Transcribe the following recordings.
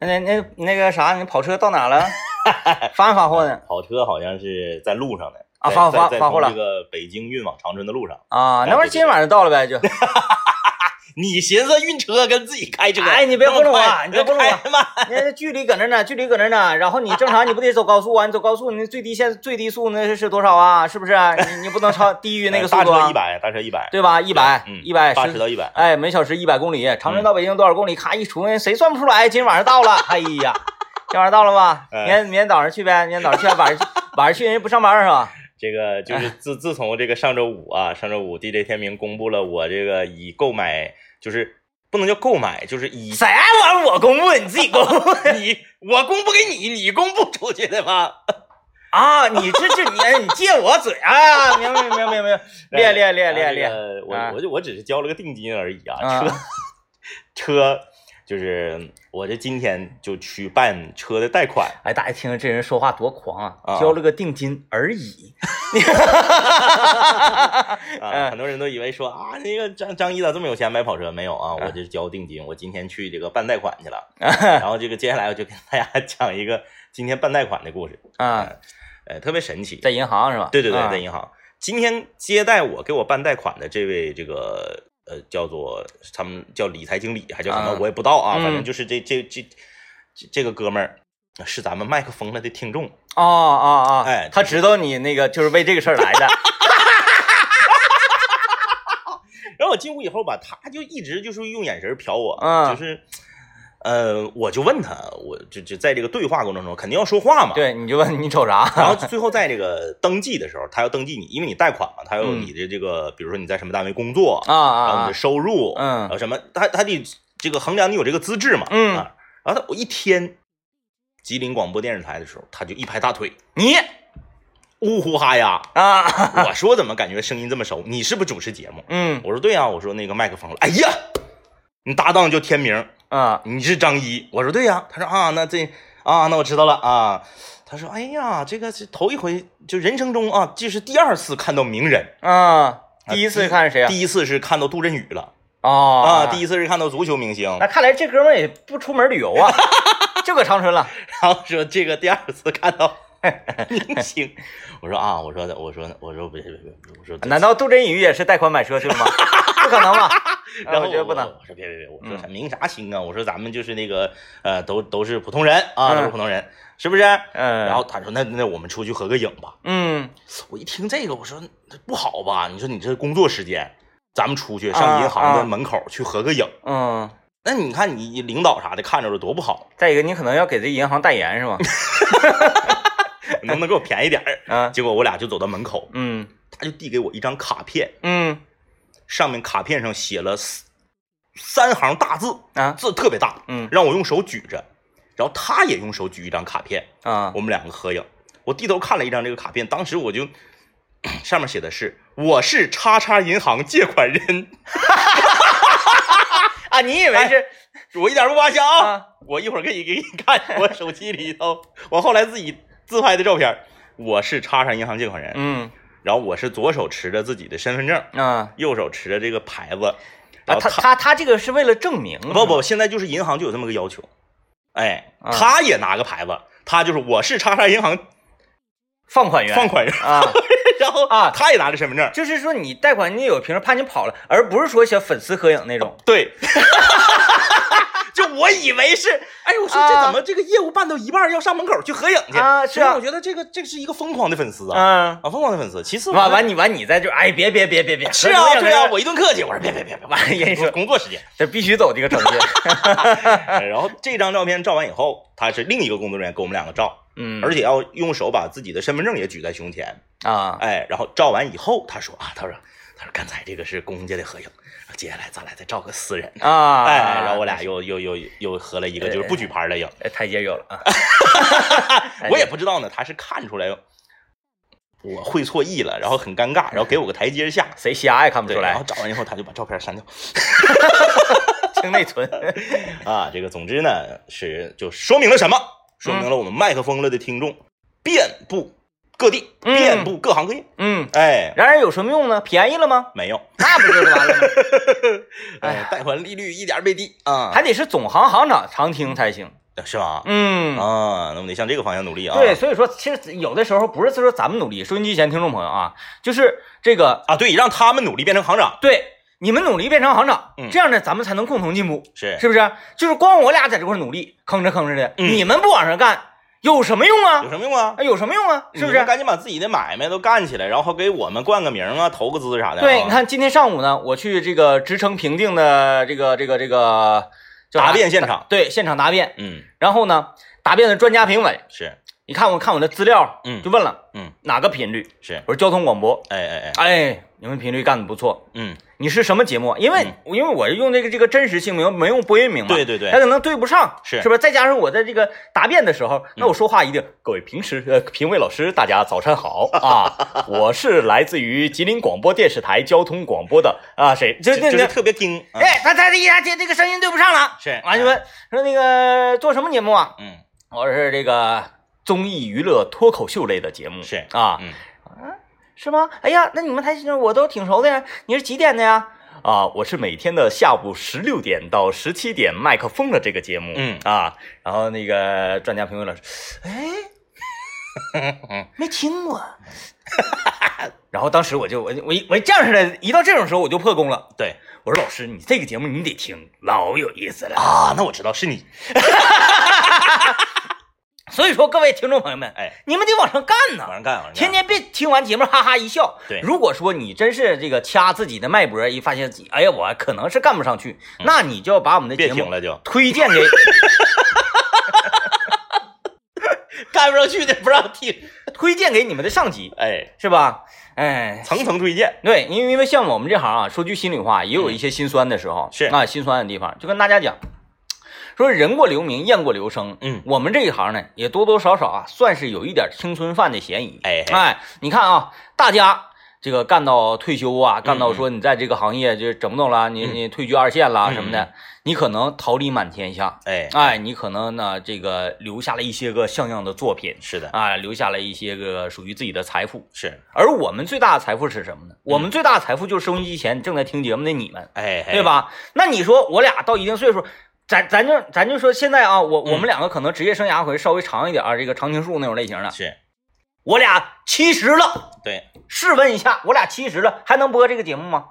那那那个啥，你跑车到哪 了？发没发货呢？跑车好像是在路上的啊在发发在发货了从这个北京运往长春的路上，啊，哎那玩意儿对对今天晚上到了呗， 就。你寻思运车跟自己开车？哎你别那么糊弄我快你别糊弄我啊那么快吗？那那距离搁那呢，距离搁那呢。然后你正常你不得走高速啊？你走高速，你最低限最低速那是多少啊？是不是？你你不能超低于那个速哎大度车啊一，百，大车一百，对吧？一百嗯，一百八十十，到一百，哎，每小时一百公里。长春到北京多少公里？咔一除，谁算不出来？今天晚上到了，哎呀，今晚上到了吧？哎明天明天早上去呗，明天早上去，晚上去晚上去人家不上班是吧？这个就是哎自自从这个上周五啊，上周五 DJ 天明公布了我这个已购买，就是不能叫购买，就是 已谁玩我公布？你自己公布你我公布给你，你公布出去的吗？啊！你这这你哎你借我嘴 啊！明白明白明白，厉害厉害厉害厉害厉害！呃，我啊我就我只是交了个定金而已啊，啊车车就是我这今天就去办车的贷款，哎，大家听这人说话多狂啊啊！交了个定金而 已。啊，嗯很多人都以为说啊，那个张张一咋这么有钱买跑车？没有啊，嗯我这是交定金，我今天去这个办贷款去 了。然后这个接下来我就跟大家讲一个今天办贷款的故事，啊，呃，特别神奇。在银行是吧？对对对，啊在银行，今天接待我给我办贷款的这位这个呃叫做他们叫理财经理还叫什么啊我也不知道啊，嗯反正就是这这这这这个哥们儿是咱们麦克风了的听众，哦哦哦，哎他知道你那个就是为这个事儿来的然后我进屋以后吧，他就一直就是用眼神瞟我，嗯就是，呃，我就问他，我就就在这个对话过程中肯定要说话嘛，。对，你就问你瞅 啥？啊然后最后在这个登记的时候，他要登记你，因为你贷款嘛，他要有嗯你的这个，比如说你在什么单位工作，啊然后你啊的收入，嗯然后啊什么，他他得这个衡量你有这个资质嘛，嗯啊。然后他我一天，吉林广播电视台的时候，他就一拍大腿，你！呜呼哈呀啊，我说怎么感觉声音这么熟？你是不是主持节目？嗯我说对呀、啊我说那个麦克风了。哎呀，你搭档叫天明，啊你是张一。我说对呀、他说啊，那这啊，那我知道了啊。他说哎呀，这个是头一回，就人生中啊，这是第二次看到名人。啊，啊第一次看是谁啊？第一次是看到杜振宇了哦啊，第一，一次是看到足球明星，那看来这哥们儿也不出门旅游 啊，就搁长春了。然后说这个第二次看到明星，我说啊，我说的，我说的我说别别别，我说难道杜振宇也是贷款买车去 了吗？不可能吧？然后我觉得不能。嗯我说别别别，我说啥明啥星啊？我说咱们就是那个呃，都都是普通人啊，嗯都是普通人，是不是？嗯，然后他说那那我们出去合个影吧。嗯我一听这个，我说不好吧？你说你这工作时间，咱们出去啊上银行的啊门口去合个影，嗯，那你看你你领导啥的看着了多不好，再一个你可能要给这银行代言是吗？能不能给我便宜点儿？ 啊，结果我俩就走到门口，嗯他就递给我一张卡片，嗯上面卡片上写了四三行大字，啊字特别大，嗯让我用手举着，然后他也用手举一张卡片，啊我们两个合影。我低头看了一张这个卡片，当时我就上面写的是我是叉叉银行借款人，啊！你以为是我一点不扒瞎啊，啊我一会儿可以给你看我手机里头我后来自己自拍的照片，我是叉叉银行借款人，嗯然后我是左手持着自己的身份证，啊右手持着这个牌子，啊，然后他他他这个是为了证明不不，现在就是银行就有这么个要求，哎，嗯啊他也拿个牌子，他就是我是叉叉银行放款员放款人，啊， 然后啊他也拿着身份证，就是说你贷款你有凭证怕你跑了，而不是说想粉丝合影那种。对， 就我以为是，哎，我说这啊怎么这个业务办到一半要上门口去合影去啊是所以啊我觉得这个这个是一个疯狂的粉丝啊嗯，啊，疯狂的粉丝。其次我完觉得完你完你在这哎别别别别别，是啊，对啊，我我一顿客气，我说别别别别，完人家我说工作时间。这必须走这个程 序。哎然后这张照片照完以后，他是另一个工作人员给我们两个照，嗯，而且要用手把自己的身份证也举在胸前，啊哎，然后照完以后，他说啊，他说他说刚才这个是公家的合影，接下来咱俩再照个私人。啊，哎，然后我俩又又又又合了一个就是不举牌的影，哎台阶有了啊，哎我也不知道呢，他是看出来我会错意了，然后很尴尬，然后给我个台阶下，谁瞎也看不对，出然来后，照完以后他就把照片删掉清内存。啊。这个总之嗯呢是就说明了什么？说明了我们麦克风了的听众遍布各地，嗯遍布各行各业。嗯，哎，然而有什么用呢？便宜了吗？没有，那不就是完了吗？哎哎，贷款利率一点儿没低啊，还得是总行行长常听才行。是吧？嗯，啊，那我们得向这个方向努力啊。对，所以说其实有的时候不是说咱们努力，收音机前听众朋友啊，就是这个啊，对，让他们努力变成行长对你们努力变成行长，嗯这样呢咱们才能共同进步，是是不是？就是光我俩在这块努力，吭哧吭哧的，嗯你们不往上干有什么用有啊？什么用啊？哎有什么用啊？是不你们是？赶紧把自己的买卖都干起来，然后给我们冠个名啊，投个资啥的啊。对，你看今天上午呢，我去这个职称评定的这个这个这个叫啥答辩现场，对，现场答辩，嗯，然后呢，答辩的专家评委，是你看我看我的资料，嗯就问了，嗯，哪个频率？是，我说交通广播，哎哎哎，哎，你们频率干的不错，嗯，你是什么节目？因为、因为我是用这个这个真实姓名，没用播音名嘛，对对对他可能对不上，是嗯是不是？再加上我在这个答辩的时候，那我说话一定，各位平时呃评委老师，大家早上 好啊，我是来自于吉林广播电视台交通广播的啊，谁？就就就是就。特别精，啊哎，他他这一下接这个声音对不上了，是完就问说那个做什么节目啊？嗯我是这个综艺娱乐脱口秀类的节目，是啊，嗯，是吗？哎呀，那你们台我都挺熟的呀。你是几点的呀？啊，我是每天的下午十六点到十七点麦克风的这个节目，嗯啊，然后那个专家评委老师，哎， 没听过。然后当时我就我我一我一这样式的，一到这种时候我就破功了。对我说老师，你这个节目你得听，老有意思了。啊，那我知道是你，所以说各位听众朋友们，哎，你们得往上干呐，往上干，往上干，天天别听完节目哈哈一笑。对如果说你真是这个掐自己的脉搏，一发现自己，哎呀，我可能是干不上去，那你就要把我们的嗯别节听目了就，推荐给， 干不上去的不让听，推荐给你们的上级，哎，是吧？哎，层层推荐，对，因为因为像我们这行啊，说句心里话，也有一些心酸的时候，是啊，心酸的地方，就跟大家讲。说人过留名，雁过留声。嗯我们这一行呢，也多多少少啊，算是有一点青春饭的嫌疑。哎哎哎，你看啊，大家这个干到退休啊，干到说你在这个行业就整不动了，你你退居二线啦嗯什么的，你可能桃李满天下，哎，哎，你可能呢这个留下了一些个像样的作品，是的，啊，留下了一些个属于自己的财富。是，而我们最大的财富是什么呢？我们嗯最大的财富就是收音机前正在听节目的你们，哎，哎对？吧？那你说我俩到一定岁数，咱咱就咱就说现在啊，我嗯我们两个可能职业生涯会稍微长一点啊，这个常青树那种类型的，哎是，我俩七十了，对，试问一下，我俩七十了还能播这个节目吗？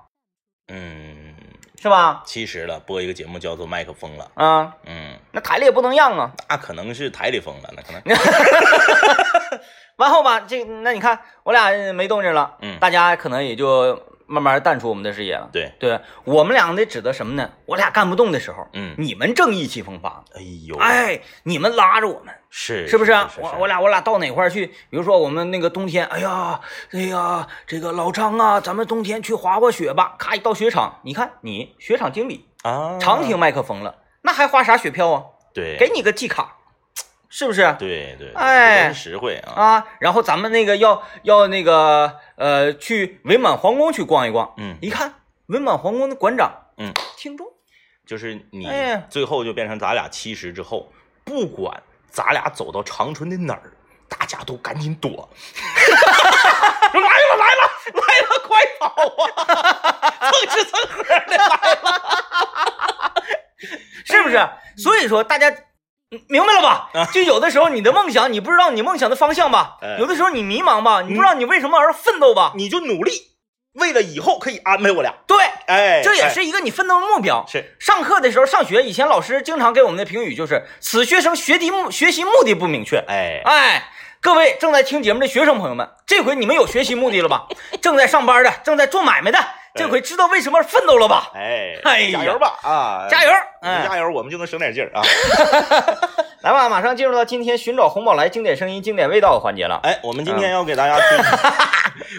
嗯，是吧？七十了，播一个节目叫做《麦克风》了，啊，嗯，那台里也不能让啊。那可能是台里疯了，那可能，完后吧，这那你看我俩没动静了，嗯大家可能也就慢慢淡出我们的视野了。对，对我们俩得指的什么呢？我俩干不动的时候，嗯，你们正意气风发，哎呦，，哎，你们拉着我们，是，是不是啊？我我俩，俩我俩到哪块儿去？比如说我们那个冬天，哎呀，那个这个老张啊，咱们冬天去滑滑雪吧。咔，一到雪场，你看你雪场经理啊，常听麦克风了，那还花啥雪票啊？对，给你个季卡，是不是？对对，哎真实惠啊，啊，然后咱们那个要要那个呃，去伪满皇宫去逛一逛。嗯一看伪满皇宫的馆长，嗯，听众， 就是你哎最后就变成咱俩七十之后，不管咱俩走到长春的哪儿，大家都赶紧躲，啊说来了来了来了，快跑啊！蹭吃蹭喝的来了，是不哎是？所以说大家。嗯明白了吧？就有的时候你的梦想，你不知道你梦想的方向吧啊哎？嗯有的时候你迷茫吧，你不知道你为什么而奋斗吧？你就努力，为了以后可以安排我俩，对，哎，这也哎是一个你奋斗的目标。是上课的时候，上学以前老师经常给我们的评语就是：此学生学题目学习目的不明确。哎哎，各位正在听节目的学生朋友们，这回你们有学习目的了 吧？正在上班的，正在做买卖的，这回知道为什么而奋斗了吧？哎哎呀加油吧啊，加油！你哎，加油，我们就能省点 劲儿啊！来吧，马上进入到今天寻找红宝来经典声音、经典味道的环节了。哎，我们今天要给大家推 出，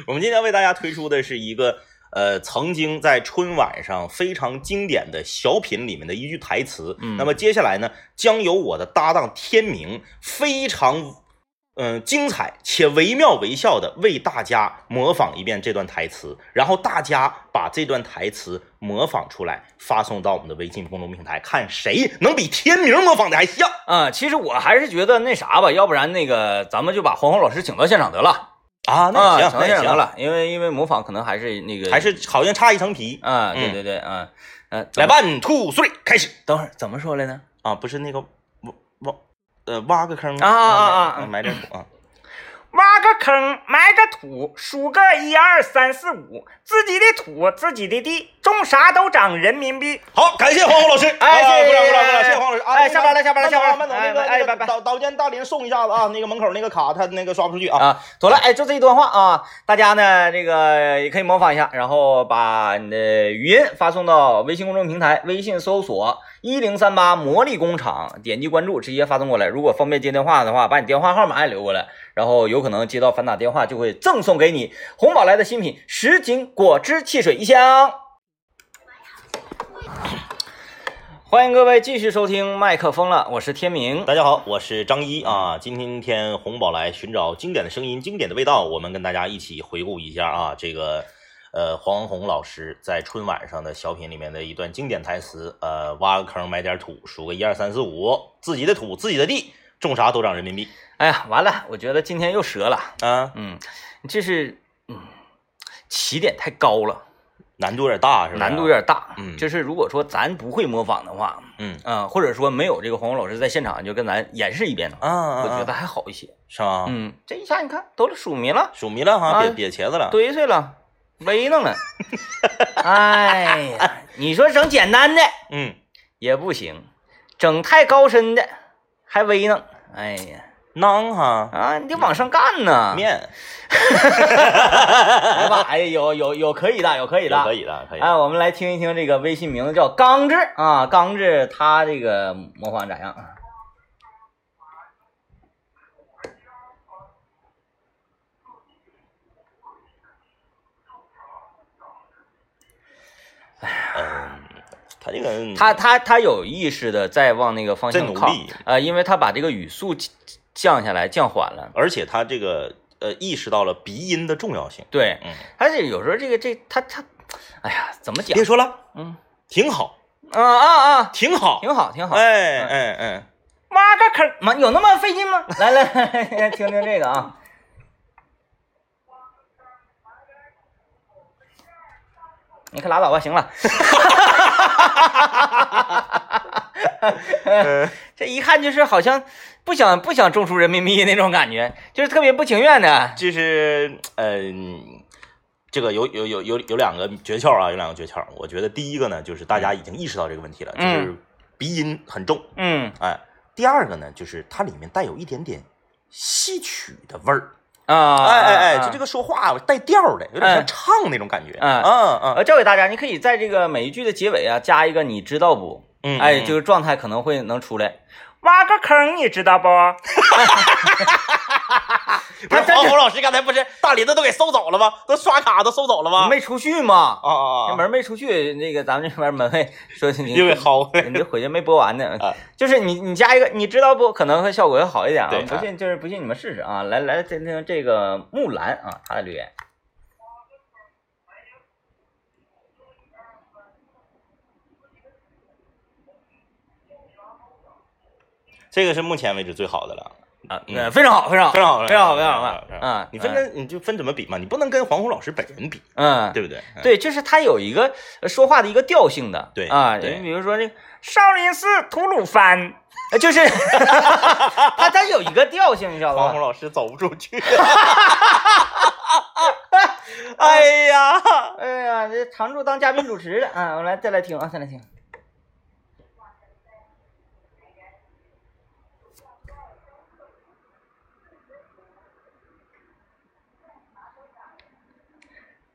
我们今天为大家推出的是一个呃，曾经在春晚上非常经典的小品里面的一句台词。嗯那么接下来呢，将由我的搭档天明非常嗯、呃精彩且惟妙惟肖的为大家模仿一遍这段台词，然后大家把这段台词模仿出来，发送到我们的微信公众平台，看谁能比天明模仿的还像。啊、其实我还是觉得那啥吧，要不然那个咱们就把黄宏老师请到现场得了。啊，那啊，也行，成那也现行成，了，因为因为模仿可能还是那个还是好像差一层皮。啊，对嗯对对，啊，呃，来，one two three，开始等会儿怎么说来呢？啊，不是那个挖挖呃挖个坑啊啊啊啊埋埋点土啊，挖个坑，埋个土，数个一二三四五，自己的土，自己的地，种啥都长人民币。好，感谢黄宏老师，哎啊谢谢鼓掌鼓掌鼓掌，谢谢黄老师。啊哎那个下班了下班了慢走啊下班了慢走，那哎个哎那拜个拜导导监大林送一下子啊，那个门口那个卡他那个刷不出去啊。啊，妥了，哎，就这一段话啊，大家呢这个也可以模仿一下，然后把你的语音发送到微信公众平台，微信搜索一零三八魔力工厂，点击关注，直接发送过来。如果方便接电话的话，把你电话号码也留过来，然后有可能接到反打电话就会赠送给你红宝来的新品什锦果汁汽水一箱。欢迎各位继续收听麦克风了，我是天明。大家好，我是张一啊。今天红宝来寻找经典的声音、经典的味道，我们跟大家一起回顾一下啊，这个呃黄宏老师在春晚上的小品里面的一段经典台词，呃，挖个坑埋点土，数个一二三四五，自己的土自己的地，种啥都长人民币哎呀，完了，我觉得今天又折了。啊，嗯，这是嗯，起点太高了，难度有点大是吧？难度有点大。嗯就是如果说咱不会模仿的话，嗯嗯、或者说没有这个黄宏老师在现场，就跟咱演示一遍的话，啊啊，啊我觉得还好一些。是吧？嗯，这一下你看都是署名了，数迷了哈，啊瘪瘪茄子了，堆碎了，围弄了。哎呀，你说整简单的嗯，也不行，整太高深的还微弄。哎呀，囊哈啊，你得往上干呐！面来吧，哎，有有有可以的，有可以的，可以的，可以的哎，我们来听一听这个微信名字叫刚志啊，刚志他这个模仿咋样？嗯他这个他他他有意识的在往那个方在向努靠力，呃，因为他把这个语速降降下来，降缓了。而且他这个呃意识到了鼻音的重要性。对，嗯，他这有时候这个这他他，哎呀，怎么讲别？说了，嗯，挺好，啊啊啊，挺好，挺好挺好。哎哎哎，挖个坑，妈有那么费劲 吗？来来来， 听听这个啊。你可拉倒吧，行了。嗯呃这一看就是好像不想不想种出人民币那种感觉，就是特别不情愿的。就是嗯。这个有有有有有两个诀窍啊，有两个诀窍。我觉得第一个呢，就是大家已经意识到这个问题了，嗯就是鼻音很重，嗯哎。第二个呢，就是它里面带有一点点戏曲的味儿，啊，哎哎哎，就这个。个说话带调儿的，有点哎像唱那种感觉，哎嗯嗯呃，教给大家，你可以在这个每一句的结尾啊，加一个你知道不？嗯哎，嗯这个状态可能会能出来。挖个坑，你知道不？ 不是他真黄是宏老师刚才不是大林子都给收走了吗？都刷卡都收走了吗？没出去嘛，啊啊这啊！门没出去，那个咱们这边门卫说你因为薅呗。 你这回去没播完呢啊， 就是你你加一个，你知道不？可能会效果会好一点啊对。不信就是不信你们试试啊！来来，听听这个木兰啊，她的留言。这个是目前为止最好的了，啊啊，嗯那非常好，非常好，非常好，非常好，非常好，嗯，你分跟你就分怎么比嘛，你不能跟黄宏老师本人比，嗯，嗯对不对？嗯，对，就是他有一个呃说话的一个调性的，对啊，对你比如说这个少林寺吐鲁番，呃就是 他他有一个调性，你知道黄宏吧？老师走不出 去。哎呀，哎呀，这常驻当嘉宾主持的啊，我来再来听啊，再来听。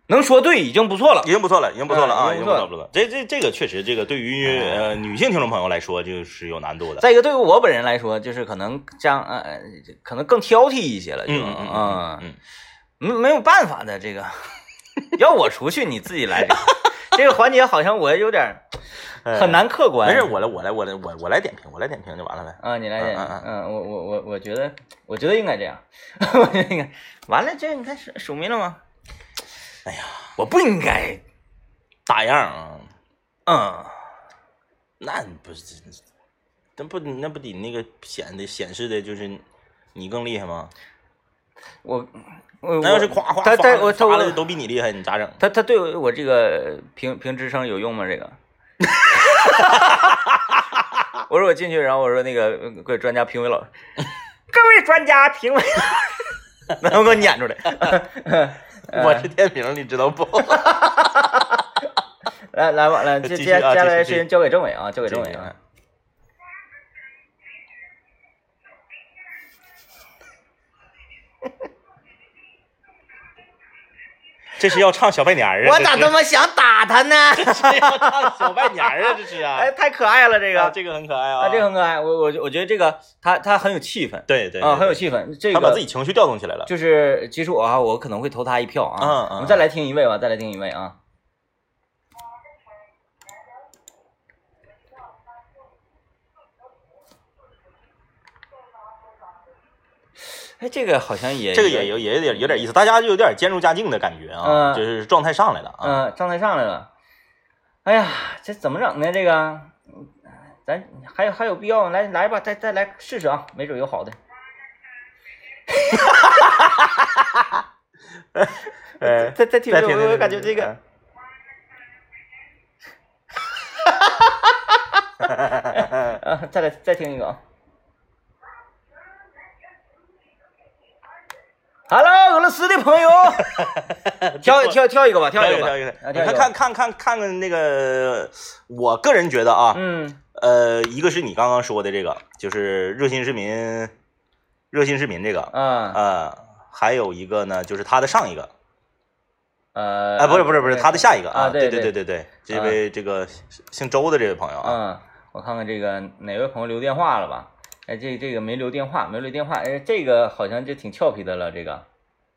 能说对已经不错了已，经不错了，已经不错了啊，嗯已已经经不不错错了，了不错了。这这这个确实，这个对于呃女性听众朋友来说，就是有难度的。再一个，对于我本人来说，就是可能这样，呃，呃可能更挑剔一些了，就，嗯嗯嗯嗯嗯没没有办法的，这个， 要我出去，你自己来、这个，这个环节好像我有点 儿嗯，很难客观。没事，我来，我来，我来，我我来点评，我来点评就完了呗。啊，你来点，嗯嗯嗯，我我我我觉得，我觉得应该这样， 我觉得应该，完了，这你看署署名了吗？哎呀，我不应该，打样啊。嗯，那你不是，那不那不得那个显得显示的就是你更厉害吗？我我那要是夸夸他发他了我他发了我都比你厉害，你咋整？他他对我我这个评评职称有用吗？这个？ 我说我进去，然后我说那个呃各位专家评委老师，各位专家评委老师，能 不能给我撵出来？呃我是天明，你知道不？来来吧，来接接继续接下啊继续来的继事续情交给政委啊，交给政委继续啊啊。 这是要唱小拜年 儿啊！我这咋是这么想打他 呢？这要唱小拜年儿啊？这是啊，哎，太可爱了这个啊， 这个很可爱啊，啊，这个很可爱。我我我觉得这个他他很有气氛对对啊，对很有对气氛。这他把自个己情绪调动起来了。就是其实我啊，我可能会投他一票啊嗯。嗯我们再来听一位吧，再来听一位啊。哎，这个好像也这个也有也有点有点意思，大家就有点渐入佳境的感觉啊，嗯就是状态上来了啊。嗯，状态上来了。哎呀，这怎么整呢？这个，嗯咱还有还有必要来来吧，再再来试试啊，没准有好的。哎，再再听再听，听我听我听感觉这听个，哎 啊，再来再听一个啊。Hello，俄罗斯的 朋友，挑这挑挑一个吧， 跳一一个吧，跳一个，啊你挑一个看吧看看看看看那个，我个人觉得啊，嗯呃，一个是你刚刚说的这个，就是热心市民，热心市民这个，啊呃，还有一个呢，就是他的上一个，呃，哎，不是不是不是，他的下一个啊对对对对对，这位这个姓周的这位朋友啊，嗯，我看看这个哪位朋友留电话了吧？哎，这这个没留电话，没留电话。哎，这个好像就挺俏皮的了，这个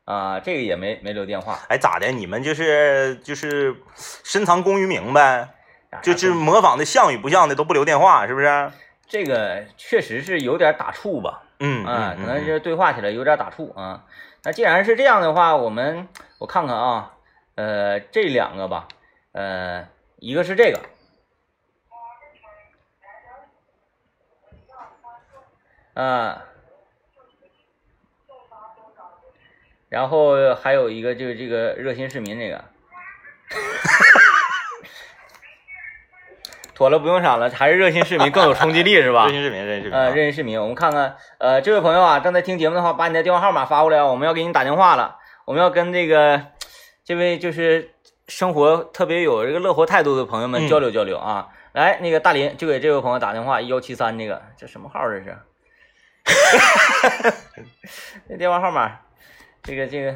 啊，这个也没没留电话。哎，咋的？你们就是就是深藏功与名呗，啊就是模仿的像与不像的都不留电话，是不是？这个确实是有点打怵吧？嗯啊，可能是是对话起来有点打怵啊。那既然是这样的话，我们我看看啊，呃，这两个吧，呃，一个是这个，啊，然后还有一个就是这个热心市民这个， 妥了，不用闪了，还是热心市民更有冲击力是吧真？心视频，真心视频呃，啊，认识市民，我们看看，呃，这位朋友啊，正在听节目的话，把你的电话号码发过来啊，我们要给你打电话了，我们要跟这个这位就是生活特别有这个乐活态度的朋友们嗯交流交流啊。来，那个大林就给这位朋友打电话，幺七三这个这什么号这是？ 这电话号码，这个这个，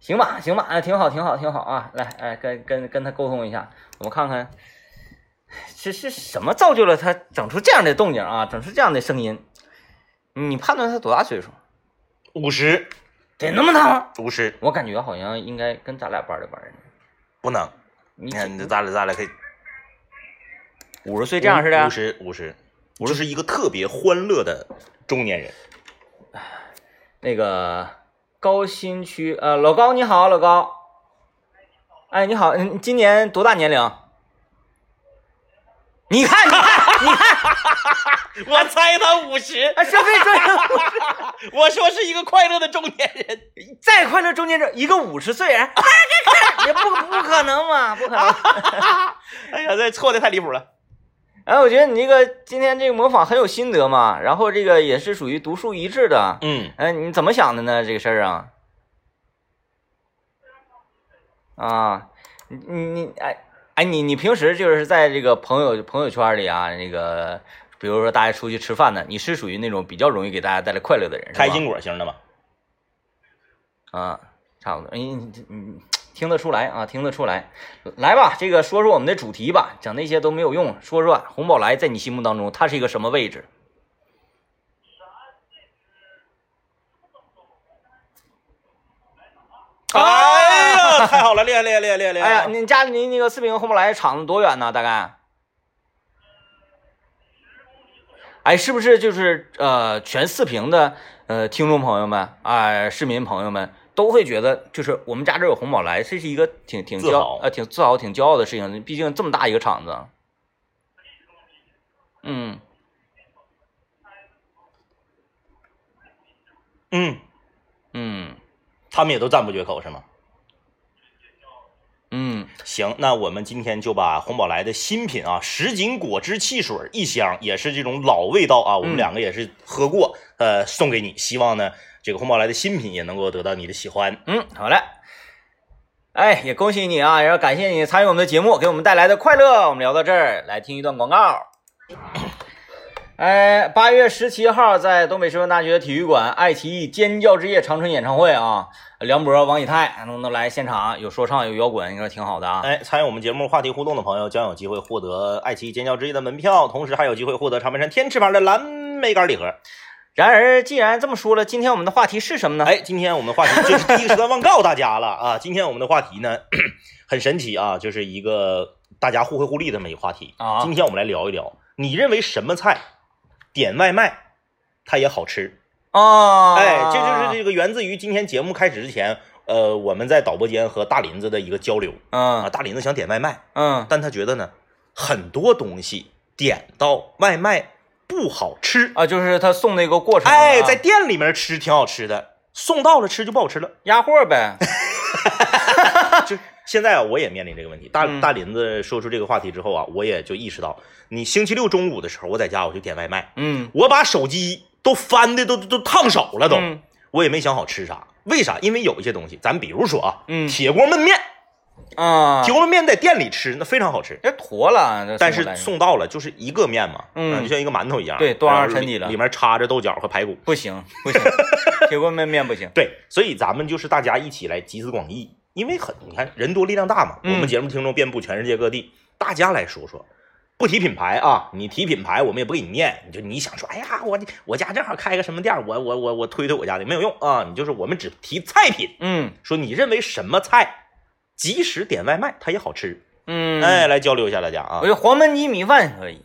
行吧行吧，啊，挺好挺好挺好啊，来，哎，跟跟跟他沟通一下，我们看看。是是什么造就了他整出这样的动静啊，整出这样的声音？你判断他多大岁数？五十得那么大吗？五十我感觉好像应该跟咱俩班儿的班儿人。不能，你你看，你这咱俩咱俩可以五十岁这样似的五，十五十，我就是一个特别欢乐的中年人。那个高新区呃，老高你好，老高。哎，你好，嗯，今年多大年龄？你看，你看，你看，我猜他五十，哎说非说，我说是一个快乐的中年人。再快乐中间者一个五十岁人，哎也不不可能嘛，不可能。哎呀，这错的太离谱了。哎，我觉得你这个今天这个模仿很有心得嘛，然后这个也是属于独树一帜的。嗯，哎，你怎么想的呢？这个事儿啊？啊，你你你哎哎，你你平时就是在这个朋友朋友圈里啊，那个比如说大家出去吃饭呢，你是属于那种比较容易给大家带来快乐的人，是吧开心果型的嘛。啊，差不多。哎，你你你听得出来啊，听得出来。来吧，这个说说我们的主题吧，讲那些都没有用。说说红宝来在你心目当中，它是一个什么位置？哎 呀，太好了，厉害厉害厉害厉害厉害！哎呀，你家离那个四平红宝来厂子多远呢？大概？哎，是不是就是呃，全四平的呃听众朋友们啊、市民朋友们都会觉得，就是我们家这有红宝来，这是一个挺挺自骄豪呃挺自豪、挺骄傲的事情。毕竟这么大一个厂子，嗯，嗯，嗯他们也都赞不绝口，是吗？嗯，行，那我们今天就把红宝来的新品啊，什锦果汁汽水一箱，也是这种老味道啊，我们两个也是喝过，呃，送给你，希望呢这个红宝来的新品也能够得到你的喜欢。嗯，好嘞。哎，也恭喜你啊！也要感谢你参与我们的节目，给我们带来的快乐。我们聊到这儿，来听一段广告。哎，八月十七号在东北师范大学体育馆，爱奇艺《尖叫之夜》长春演唱会啊，梁博、王以太能能来现场，啊有说唱，有摇滚，你说挺好的啊。哎，参与我们节目话题互动的朋友将有机会获得爱奇艺尖叫之夜的门票，同时还有机会获得长白山天翅牌的蓝莓干礼盒。然而，既然这么说了，今天我们的话题是什么呢？哎，今天我们的话题就是第一个时段忘告大家了啊！今天我们的话题呢 很神奇啊，就是一个大家互惠互利的这么一个话题啊今天我们来聊一聊，你认为什么菜点外卖它也好吃？啊，哎，这就是这个源自于今天节目开始之前，呃，我们在导播间和大林子的一个交流啊。嗯大林子想点外卖，嗯但他觉得呢，很多东西点到外卖不好吃。啊，就是他送那个过程啊，哎，在店里面吃挺好吃的，送到了吃就不好吃了。压货呗。就现在啊，我也面临这个问题。大嗯大林子说出这个话题之后啊，我也就意识到，你星期六中午的时候，我在家我就点外卖， 嗯，我把手机都翻的都都都烫手了都，嗯我也没想好吃啥。为啥？因为有一些东西，咱比如说啊，嗯铁锅焖面，啊，铁锅焖面在店里吃那非常好吃，这坨了，啊这但送过是来送到了就是一个面嘛，啊嗯就像一个馒头一样，对端上然后沉底了里面插着豆角和排骨。不行不行，铁锅焖面不行。对，所以咱们就是大家一起来集思广益，因为很你看人多力量大嘛，我嗯们节目听众遍布全世界各地，大家来说说。不提品牌啊，你提品牌，我们也不给你念。你就你想说，哎呀，我我家正好开个什么店儿，我我我我推推我家的没有用啊。你就是我们只提菜品，嗯说你认为什么菜，即使点外卖它也好吃。嗯，哎，，来交流一下大家啊我觉。得黄焖鸡米饭可以。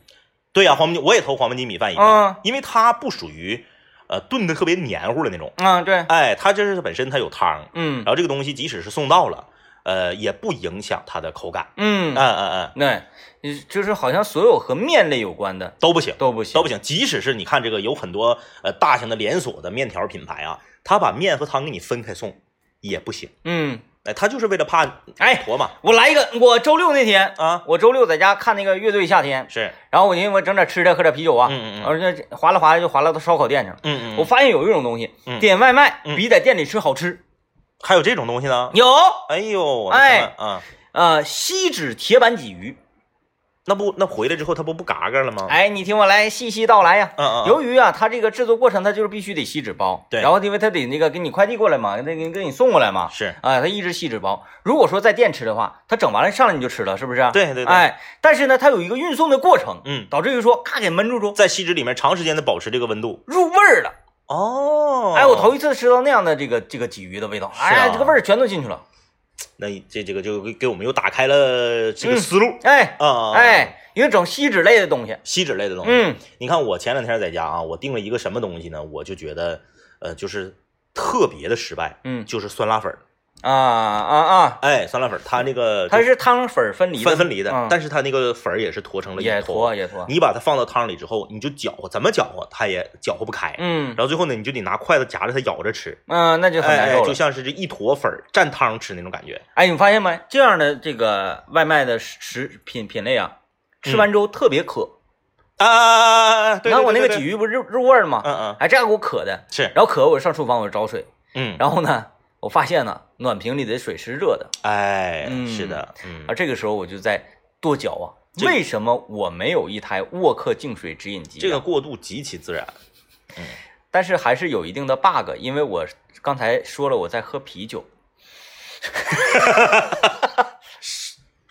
对呀、黄焖鸡我也投黄焖鸡米饭一嗯个，因为它不属于呃炖的特别黏糊的那种，啊，对，哎，它就是本身它有汤，嗯然后这个东西即使是送到了，呃，也不影响它的口感。嗯嗯，嗯嗯，对，你就是好像所有和面类有关的都不行，都不行，都不行。即使是你看这个有很多呃大型的连锁的面条品牌啊，它把面和汤给你分开送也不行。嗯，哎，它就是为了怕哎坨嘛我来一个，我周六那天，啊，我周六在家看那个乐队夏天，是，然后我寻思我整点吃的，喝点啤酒啊，嗯嗯嗯然后就划拉划拉就划拉到烧烤店去了。嗯我嗯，发现有一种东西，嗯点外卖嗯比在店里吃好吃。还有这种东西呢？有，哎呦，我的哎天呐啊，呃，锡纸铁板鲫鱼，那不那回来之后它不不嘎嘎了吗？哎，你听我来细细道来呀。嗯，嗯嗯，由于啊，它这个制作过程，它就是必须得锡纸包，对然后因为它得那个给你快递过来嘛，那给给你送过来嘛，是，啊，它一直锡纸包。如果说在店吃的话，它整完了上来你就吃了，是不是？对对对哎，但是呢，它有一个运送的过程，嗯，导致于说咔给闷住住，在锡纸里面长时间的保持这个温度。入味儿了。哦，哎，我头一次吃到那样的这个这个鲫鱼的味道，是啊哎，这个味儿全都进去了。那这这个就给给我们又打开了这个嗯思路哎啊，哎，因为整锡纸类的东西，锡纸类的东西。嗯你看我前两天在家啊，我订了一个什么东西呢？我就觉得，呃，就是特别的失败，嗯就是酸辣粉儿。啊啊啊，哎，酸辣粉儿，它那个它就是汤粉儿分离的，分分离的，嗯但是它那个粉儿也是坨成了一也坨。坨也坨，你把它放到汤里之后，你就搅和，怎么搅和它也搅和不开。嗯然后最后呢，你就得拿筷子夹着它咬着吃，嗯，那就很难哎，哎受就了。像是这一坨粉儿蘸汤吃那种感觉。哎，你发现没？这样的这个外卖的食食品品类啊，吃完之后特别渴。啊啊啊啊！对你看我那个，对鲫对对鱼不是入入味儿了吗？嗯嗯，哎，这样给我渴的，是，然后渴我上厨房我就找水，嗯，然后呢，我发现呢暖瓶里的水是热的，哎，嗯是的，嗯而，这个时候我就在跺脚啊，这为什么我没有一台沃克净水直饮机啊？这个过渡极其自然。但是还是有一定的 bug，因为我刚才说了我在喝啤酒，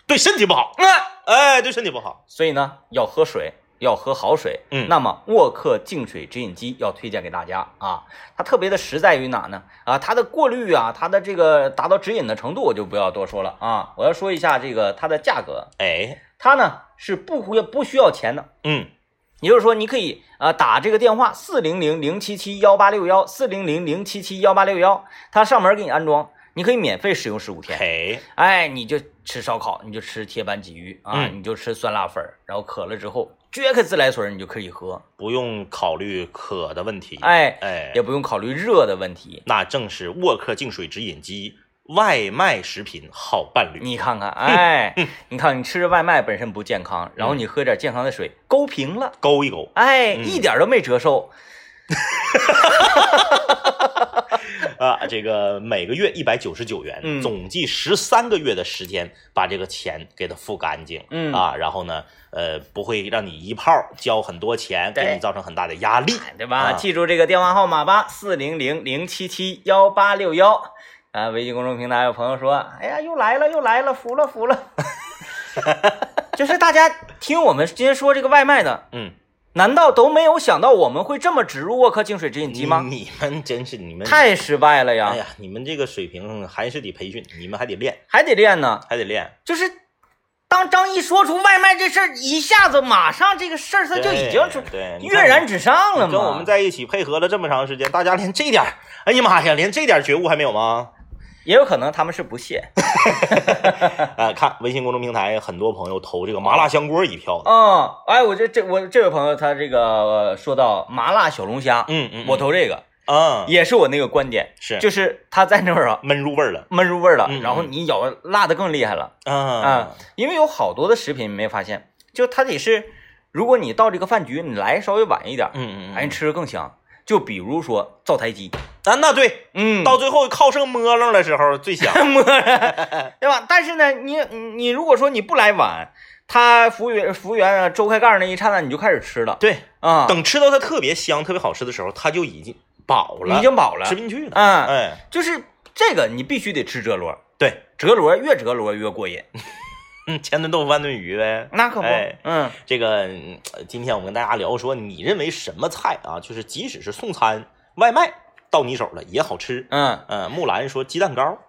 对身体不好，嗯哎，对身体不好。所以呢要喝水。要喝好水，嗯那么沃克净水直饮机要推荐给大家啊，它特别的实在于哪呢？啊，它的过滤啊，它的这个达到直饮的程度，我就不要多说了啊，我要说一下这个它的价格，哎，它呢是不不不需要钱的，嗯，也就是说，你可以呃打这个电话四零零零七七幺八六幺四零零零七七幺八六幺，它上门给你安装，你可以免费使用十五天。哎，哎，你就吃烧烤，你就吃铁板鲫鱼啊，嗯你就吃酸辣粉儿，然后渴了之后撅开自来水儿你就可以喝，不用考虑渴的问题。哎，哎也，不用考虑热的问题。那正是沃克净水直饮机外卖食品好伴侣。你看 看，哎，你看你吃着外卖本身不健康，然后你喝点健康的水，勾平了，勾一勾哎，嗯一点都没折寿。啊，这个每个月一百九十九元，嗯总计十三个月的时间，把这个钱给它付干净。嗯啊，然后呢，呃，不会让你一炮交很多钱，对给你造成很大的压力。对吧？啊记住这个电话号码吧，四零零零七七幺八六幺。啊，微信公众平台有朋友说：“哎呀，又来了，又来了，服了，服了。” 就是大家听我们今天说这个外卖的，嗯，难道都没有想到我们会这么植入沃克净水直饮机吗？你们真是你们，太失败了呀，嗯哎呀，你们这个水平还是得培训，你们还得练，还得练呢。还得练。就是当张一说出外卖这事儿，一下子马上这个事儿他就已经对对你跃看然纸上了嘛。跟我们在一起配合了这么长时间，大家连这点儿， 哎呀妈呀，连这点儿觉悟还没有吗？ 也有可能他们是不屑，啊，看微信公众平台，很多朋友投这个麻辣香锅一票的。嗯，哎，我这这我这位朋友他这个、呃说到麻辣小龙虾，嗯嗯，我投这个嗯也是我那个观点，是就是它在那儿啊闷入味儿了。闷入味儿了，嗯嗯然后你咬辣的更厉害了啊啊、因为有好多的食品你没发现，就它得是，如果你到这个饭局你来稍微晚一点，嗯嗯哎，嗯，你吃着更香。就比如说灶台鸡，啊，那对，嗯，到最后靠剩摸楞的时候最香。 摸着，对吧？但是呢，你你你如果说你不来晚，他服务员服务员啊周开盖儿那一刹那你就开始吃了对，啊，等吃到它特别香、特别好吃的时候，它就已经饱了，已经饱了，吃不进去了。啊，哎，就是这个你必须得吃折螺，对，折螺越折螺越过瘾，嗯，前炖豆腐，万炖鱼呗。那可不哎，嗯这个嗯呃今天我们跟大家聊说，你认为什么菜啊？就是即使是送餐、外卖到你手了也好吃。嗯嗯，木兰说鸡蛋糕，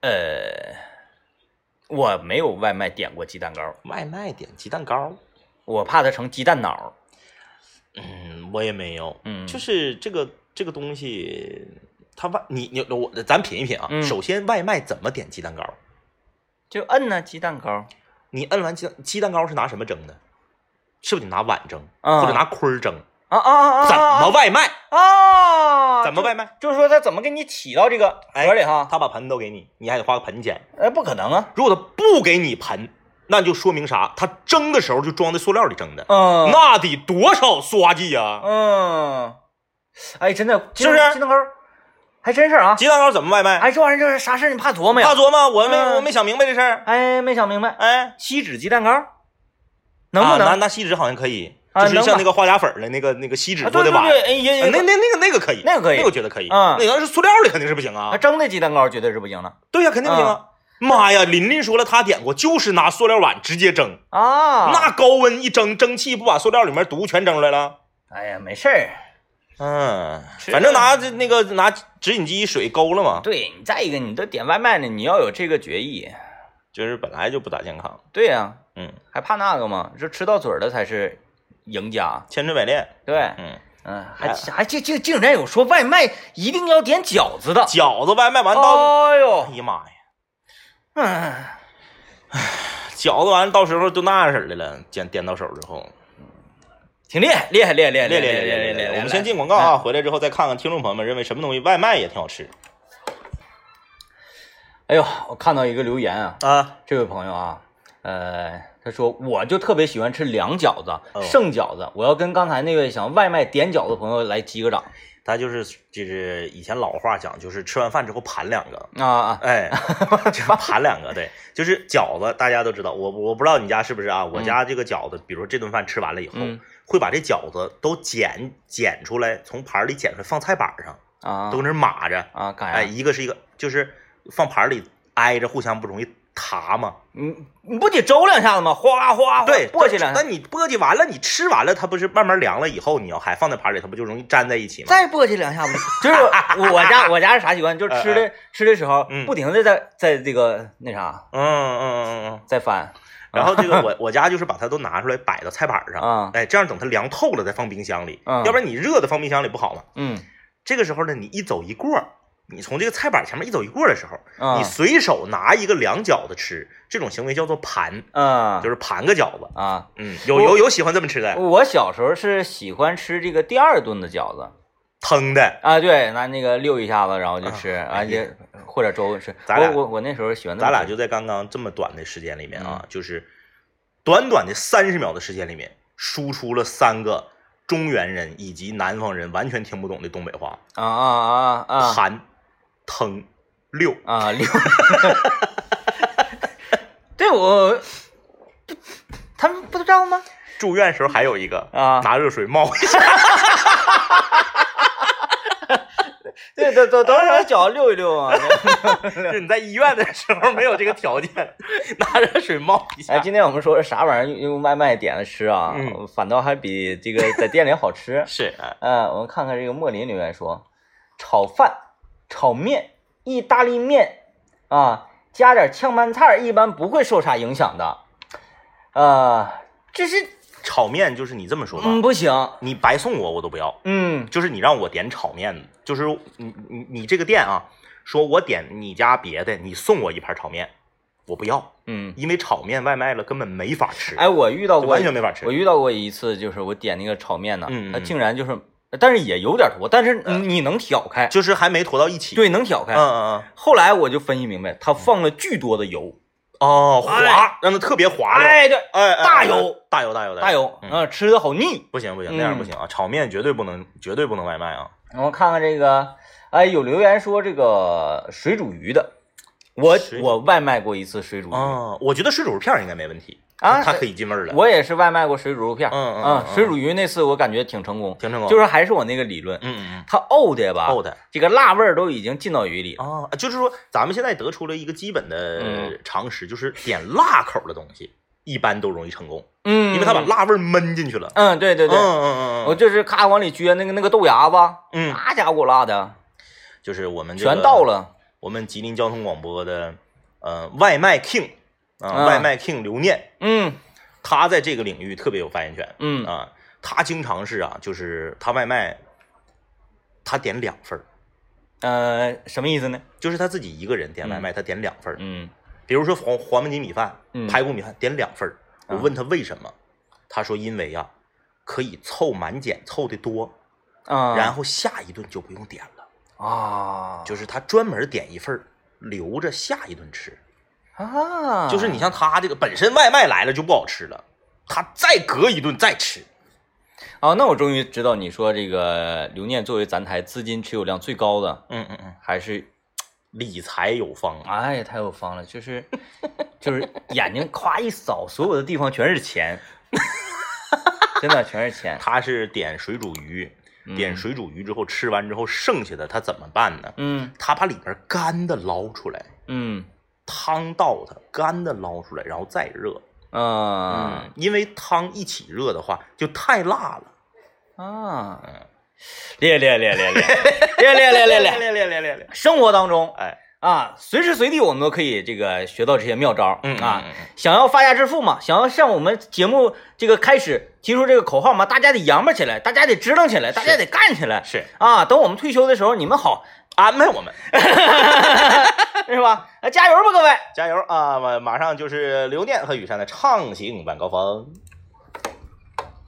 呃，我没有外卖点过鸡蛋糕，外卖点鸡蛋糕。我怕它成鸡蛋脑儿，嗯，我也没有。嗯就是这个这个东西，它外你你我咱品一品啊。嗯首先，外卖怎么点鸡蛋糕？就摁呢鸡蛋糕，你摁完鸡蛋鸡蛋糕是拿什么蒸的？是不是得拿碗蒸，啊或者拿盔儿蒸？啊啊啊，怎么外卖？啊？怎么外卖？就是说他怎么给你起到这个盒里哈？他把盆都给你，你还得花个盆钱。哎，不可能啊！如果他不给你盆，那就说明啥？他蒸的时候就装在塑料里蒸的，嗯那得多少刷剂呀、嗯，哎，真的，是不是鸡蛋糕还真是啊！鸡蛋糕怎么外卖？哎，这玩意儿就是啥事儿你怕琢磨呀大？琢磨，我没、嗯我没想明白这事儿。哎，没想明白，哎，锡纸鸡蛋糕能不啊、那能？那锡纸好像可以，啊就是能像吧那个花甲粉儿的那个那个锡纸啊做对的对碗，对，哎也呃那也那那个那个可以，那个可以那个我觉得可以。嗯那要是塑料的肯定是不行啊啊，。蒸的鸡蛋糕绝对是不行的对呀、肯定不行啊。妈呀！琳琳说了，她点过，就是拿塑料碗直接蒸，啊。那高温一蒸，蒸汽不把塑料里面毒全蒸出来了？哎呀，没事儿。嗯，是反正拿这那个拿直饮机水勾了嘛，对你再一个，你都点外卖呢，你要有这个决议。就是本来就不咋健康。对呀、嗯，还怕那个吗？这吃到嘴儿的才是赢家。千锤百炼。对，嗯，嗯，还还竟竟竟然有说外卖一定要点饺子的。饺子外卖完到，哎哎呦，呀妈呀，嗯。饺子完到时候就那样式儿的了，点点到手之后。挺厉害，厉害，厉害，厉害，练厉练害，练练厉害！练，我们先进广告啊，回来之后再看看听众朋友们认为什么东西外卖也挺好吃哎呦，我看到一个留言啊，啊。这位朋友啊，呃，他说我就特别喜欢吃凉饺子、哦剩饺子，我要跟刚才那位想外卖点饺子的朋友来击个掌他就是就是以前老话讲，就是吃完饭之后盘两个， 啊啊！哎，就是盘两个，对，就是饺子，大家都知道，我我不知道你家是不是啊？我家这个饺子，比如这顿饭吃完了以后，嗯会把这饺子都剪剪出来，从盘里剪出来放菜板上，啊都搁那儿码着，啊，干啥？哎，一个是一个，就是放盘里挨着，互相不容易塌嘛。你你不得周两下子吗？哗哗哗，对，簸箕两下但，你簸箕完了，你吃完了，它不是慢慢凉了以后，你要还放在盘里，它不就容易粘在一起吗？再簸箕两下子。就是我我家我家是啥习惯？就是吃的吃的时候嗯，不停的在在这个那啥嗯嗯嗯嗯 嗯。在翻然后这个我我家就是把它都拿出来摆到菜板上，啊哎，这样等它凉透了再放冰箱里，嗯要不然你热的放冰箱里不好吗？嗯这个时候呢，你一走一过，你从这个菜板前面一走一过的时候，啊你随手拿一个凉饺子吃，这种行为叫做盘，啊就是盘个饺子。啊！嗯，有有有喜欢这么吃的，我小时候是喜欢吃这个第二顿的饺子腾的。啊，对，拿那个溜一下子，然后就吃，啊啊，哎也呀或者粥吃。咱俩我我我那时候喜欢那么咱俩吃就在刚刚这么短的时间里面啊，嗯就是短短的三十秒的时间里面，输出了三个中原人以及南方人完全听不懂的东北话：啊啊啊啊盘、腾、溜。啊溜。 对我， 不他们不知道吗？住院时候还有一个啊拿热水冒一下。对，都都都让脚溜一溜啊。 就是你在医院的时候没有这个条件， 拿热水冒一哎，下。今天我们说是啥玩意儿？用外卖点了吃啊，啊嗯。反倒还比这个在店里好吃 是啊，呃，我们看看这个莫林留言说，炒饭、炒面、意大利面啊，加点炝拌菜儿，一般不会受啥影响的。呃，这是炒面就是你这么说嗯嘛，不行，你白送我我都不要，嗯就是你让我点炒面，就是你你你这个店啊，说我点你家别的，你送我一盘炒面，我不要，嗯，因为炒面外卖了根本没法吃，哎，我遇到就过完全没法吃我。遇到过一次，就是我点那个炒面呢，嗯嗯它嗯竟然就是，但是也有点多，但是你你能挑开，就是还没坨到一起。，对，能挑开。嗯嗯嗯，后来我就分析明白，它放了巨多的油，哦，哎滑，让它特别滑溜。哎哎，对，哎，哎大油，大油，大油，大油，嗯嗯啊，吃的好腻。不行不行，那样不行啊！炒面绝对不能，绝对不能外卖啊！然后看看这个，哎，有留言说这个水煮鱼的，我水煮我外卖过一次水煮鱼，啊，我觉得水煮肉片儿应该没问题嗯啊它可以进味儿了。我也是外卖过水煮肉片儿，嗯嗯啊嗯水煮鱼那次我感觉挺成功，挺成功，就是啊是还是我那个理论，嗯嗯它沤哦的吧，嗯，厚的这个辣味儿都已经进到鱼里了，啊，就是说咱们现在得出了一个基本的嗯常识，就是点辣口的东西一般都容易成功，嗯，因为它把，辣味儿闷进去了。嗯，对对嗯对，嗯嗯我嗯就是咔往里撅那个那个豆芽子，嗯，那家伙辣的就是我们这个全到。了，我们吉林交通广播的呃外卖 king 啊，啊外卖 king 刘念，嗯他在这个领域特别有发言权嗯啊，他经常是啊，就是他外卖他点两份儿。呃，什么意思呢？就是他自己一个人点外卖，他点两份儿。嗯比如说黄黄焖鸡米饭、嗯排骨米饭，点两份儿。我啊问他为什么，他说因为呀，可以凑满减，凑的多，啊，然后下一顿就不用点了。啊，就是他专门点一份儿，留着下一顿吃。啊，就是你像他这个本身外卖来了就不好吃了，他再隔一顿再吃。哦，那我终于知道你说这个刘念作为咱台资金持有量最高的，嗯嗯嗯，还是理财有方啊，哎呀太有方了，就是就是眼睛夸一扫，所有的地方全是钱，真的全是 钱。他是点水煮鱼，点嗯水煮鱼之后吃完之后剩下的他怎么办呢？嗯他把里边干的捞出来，嗯汤倒它，干的捞出来，然后再热。嗯啊、因为汤一起热的话就太辣了。嗯啊， 烈烈烈烈烈烈烈烈烈烈，烈烈烈烈！生活当中哎，啊，随时随地我们都可以这个学到这些妙招、嗯啊。嗯嗯想要发家致富嘛，想要像我们节目这个开始提出这个口号嘛，大家得扬巴起来，大家得支棱起来，大家得干起来是啊！等我们退休的时候，你们好， 安排我们是吧？啊，加油吧，各位！加油啊！马马上就是刘念和雨山的畅行晚高峰。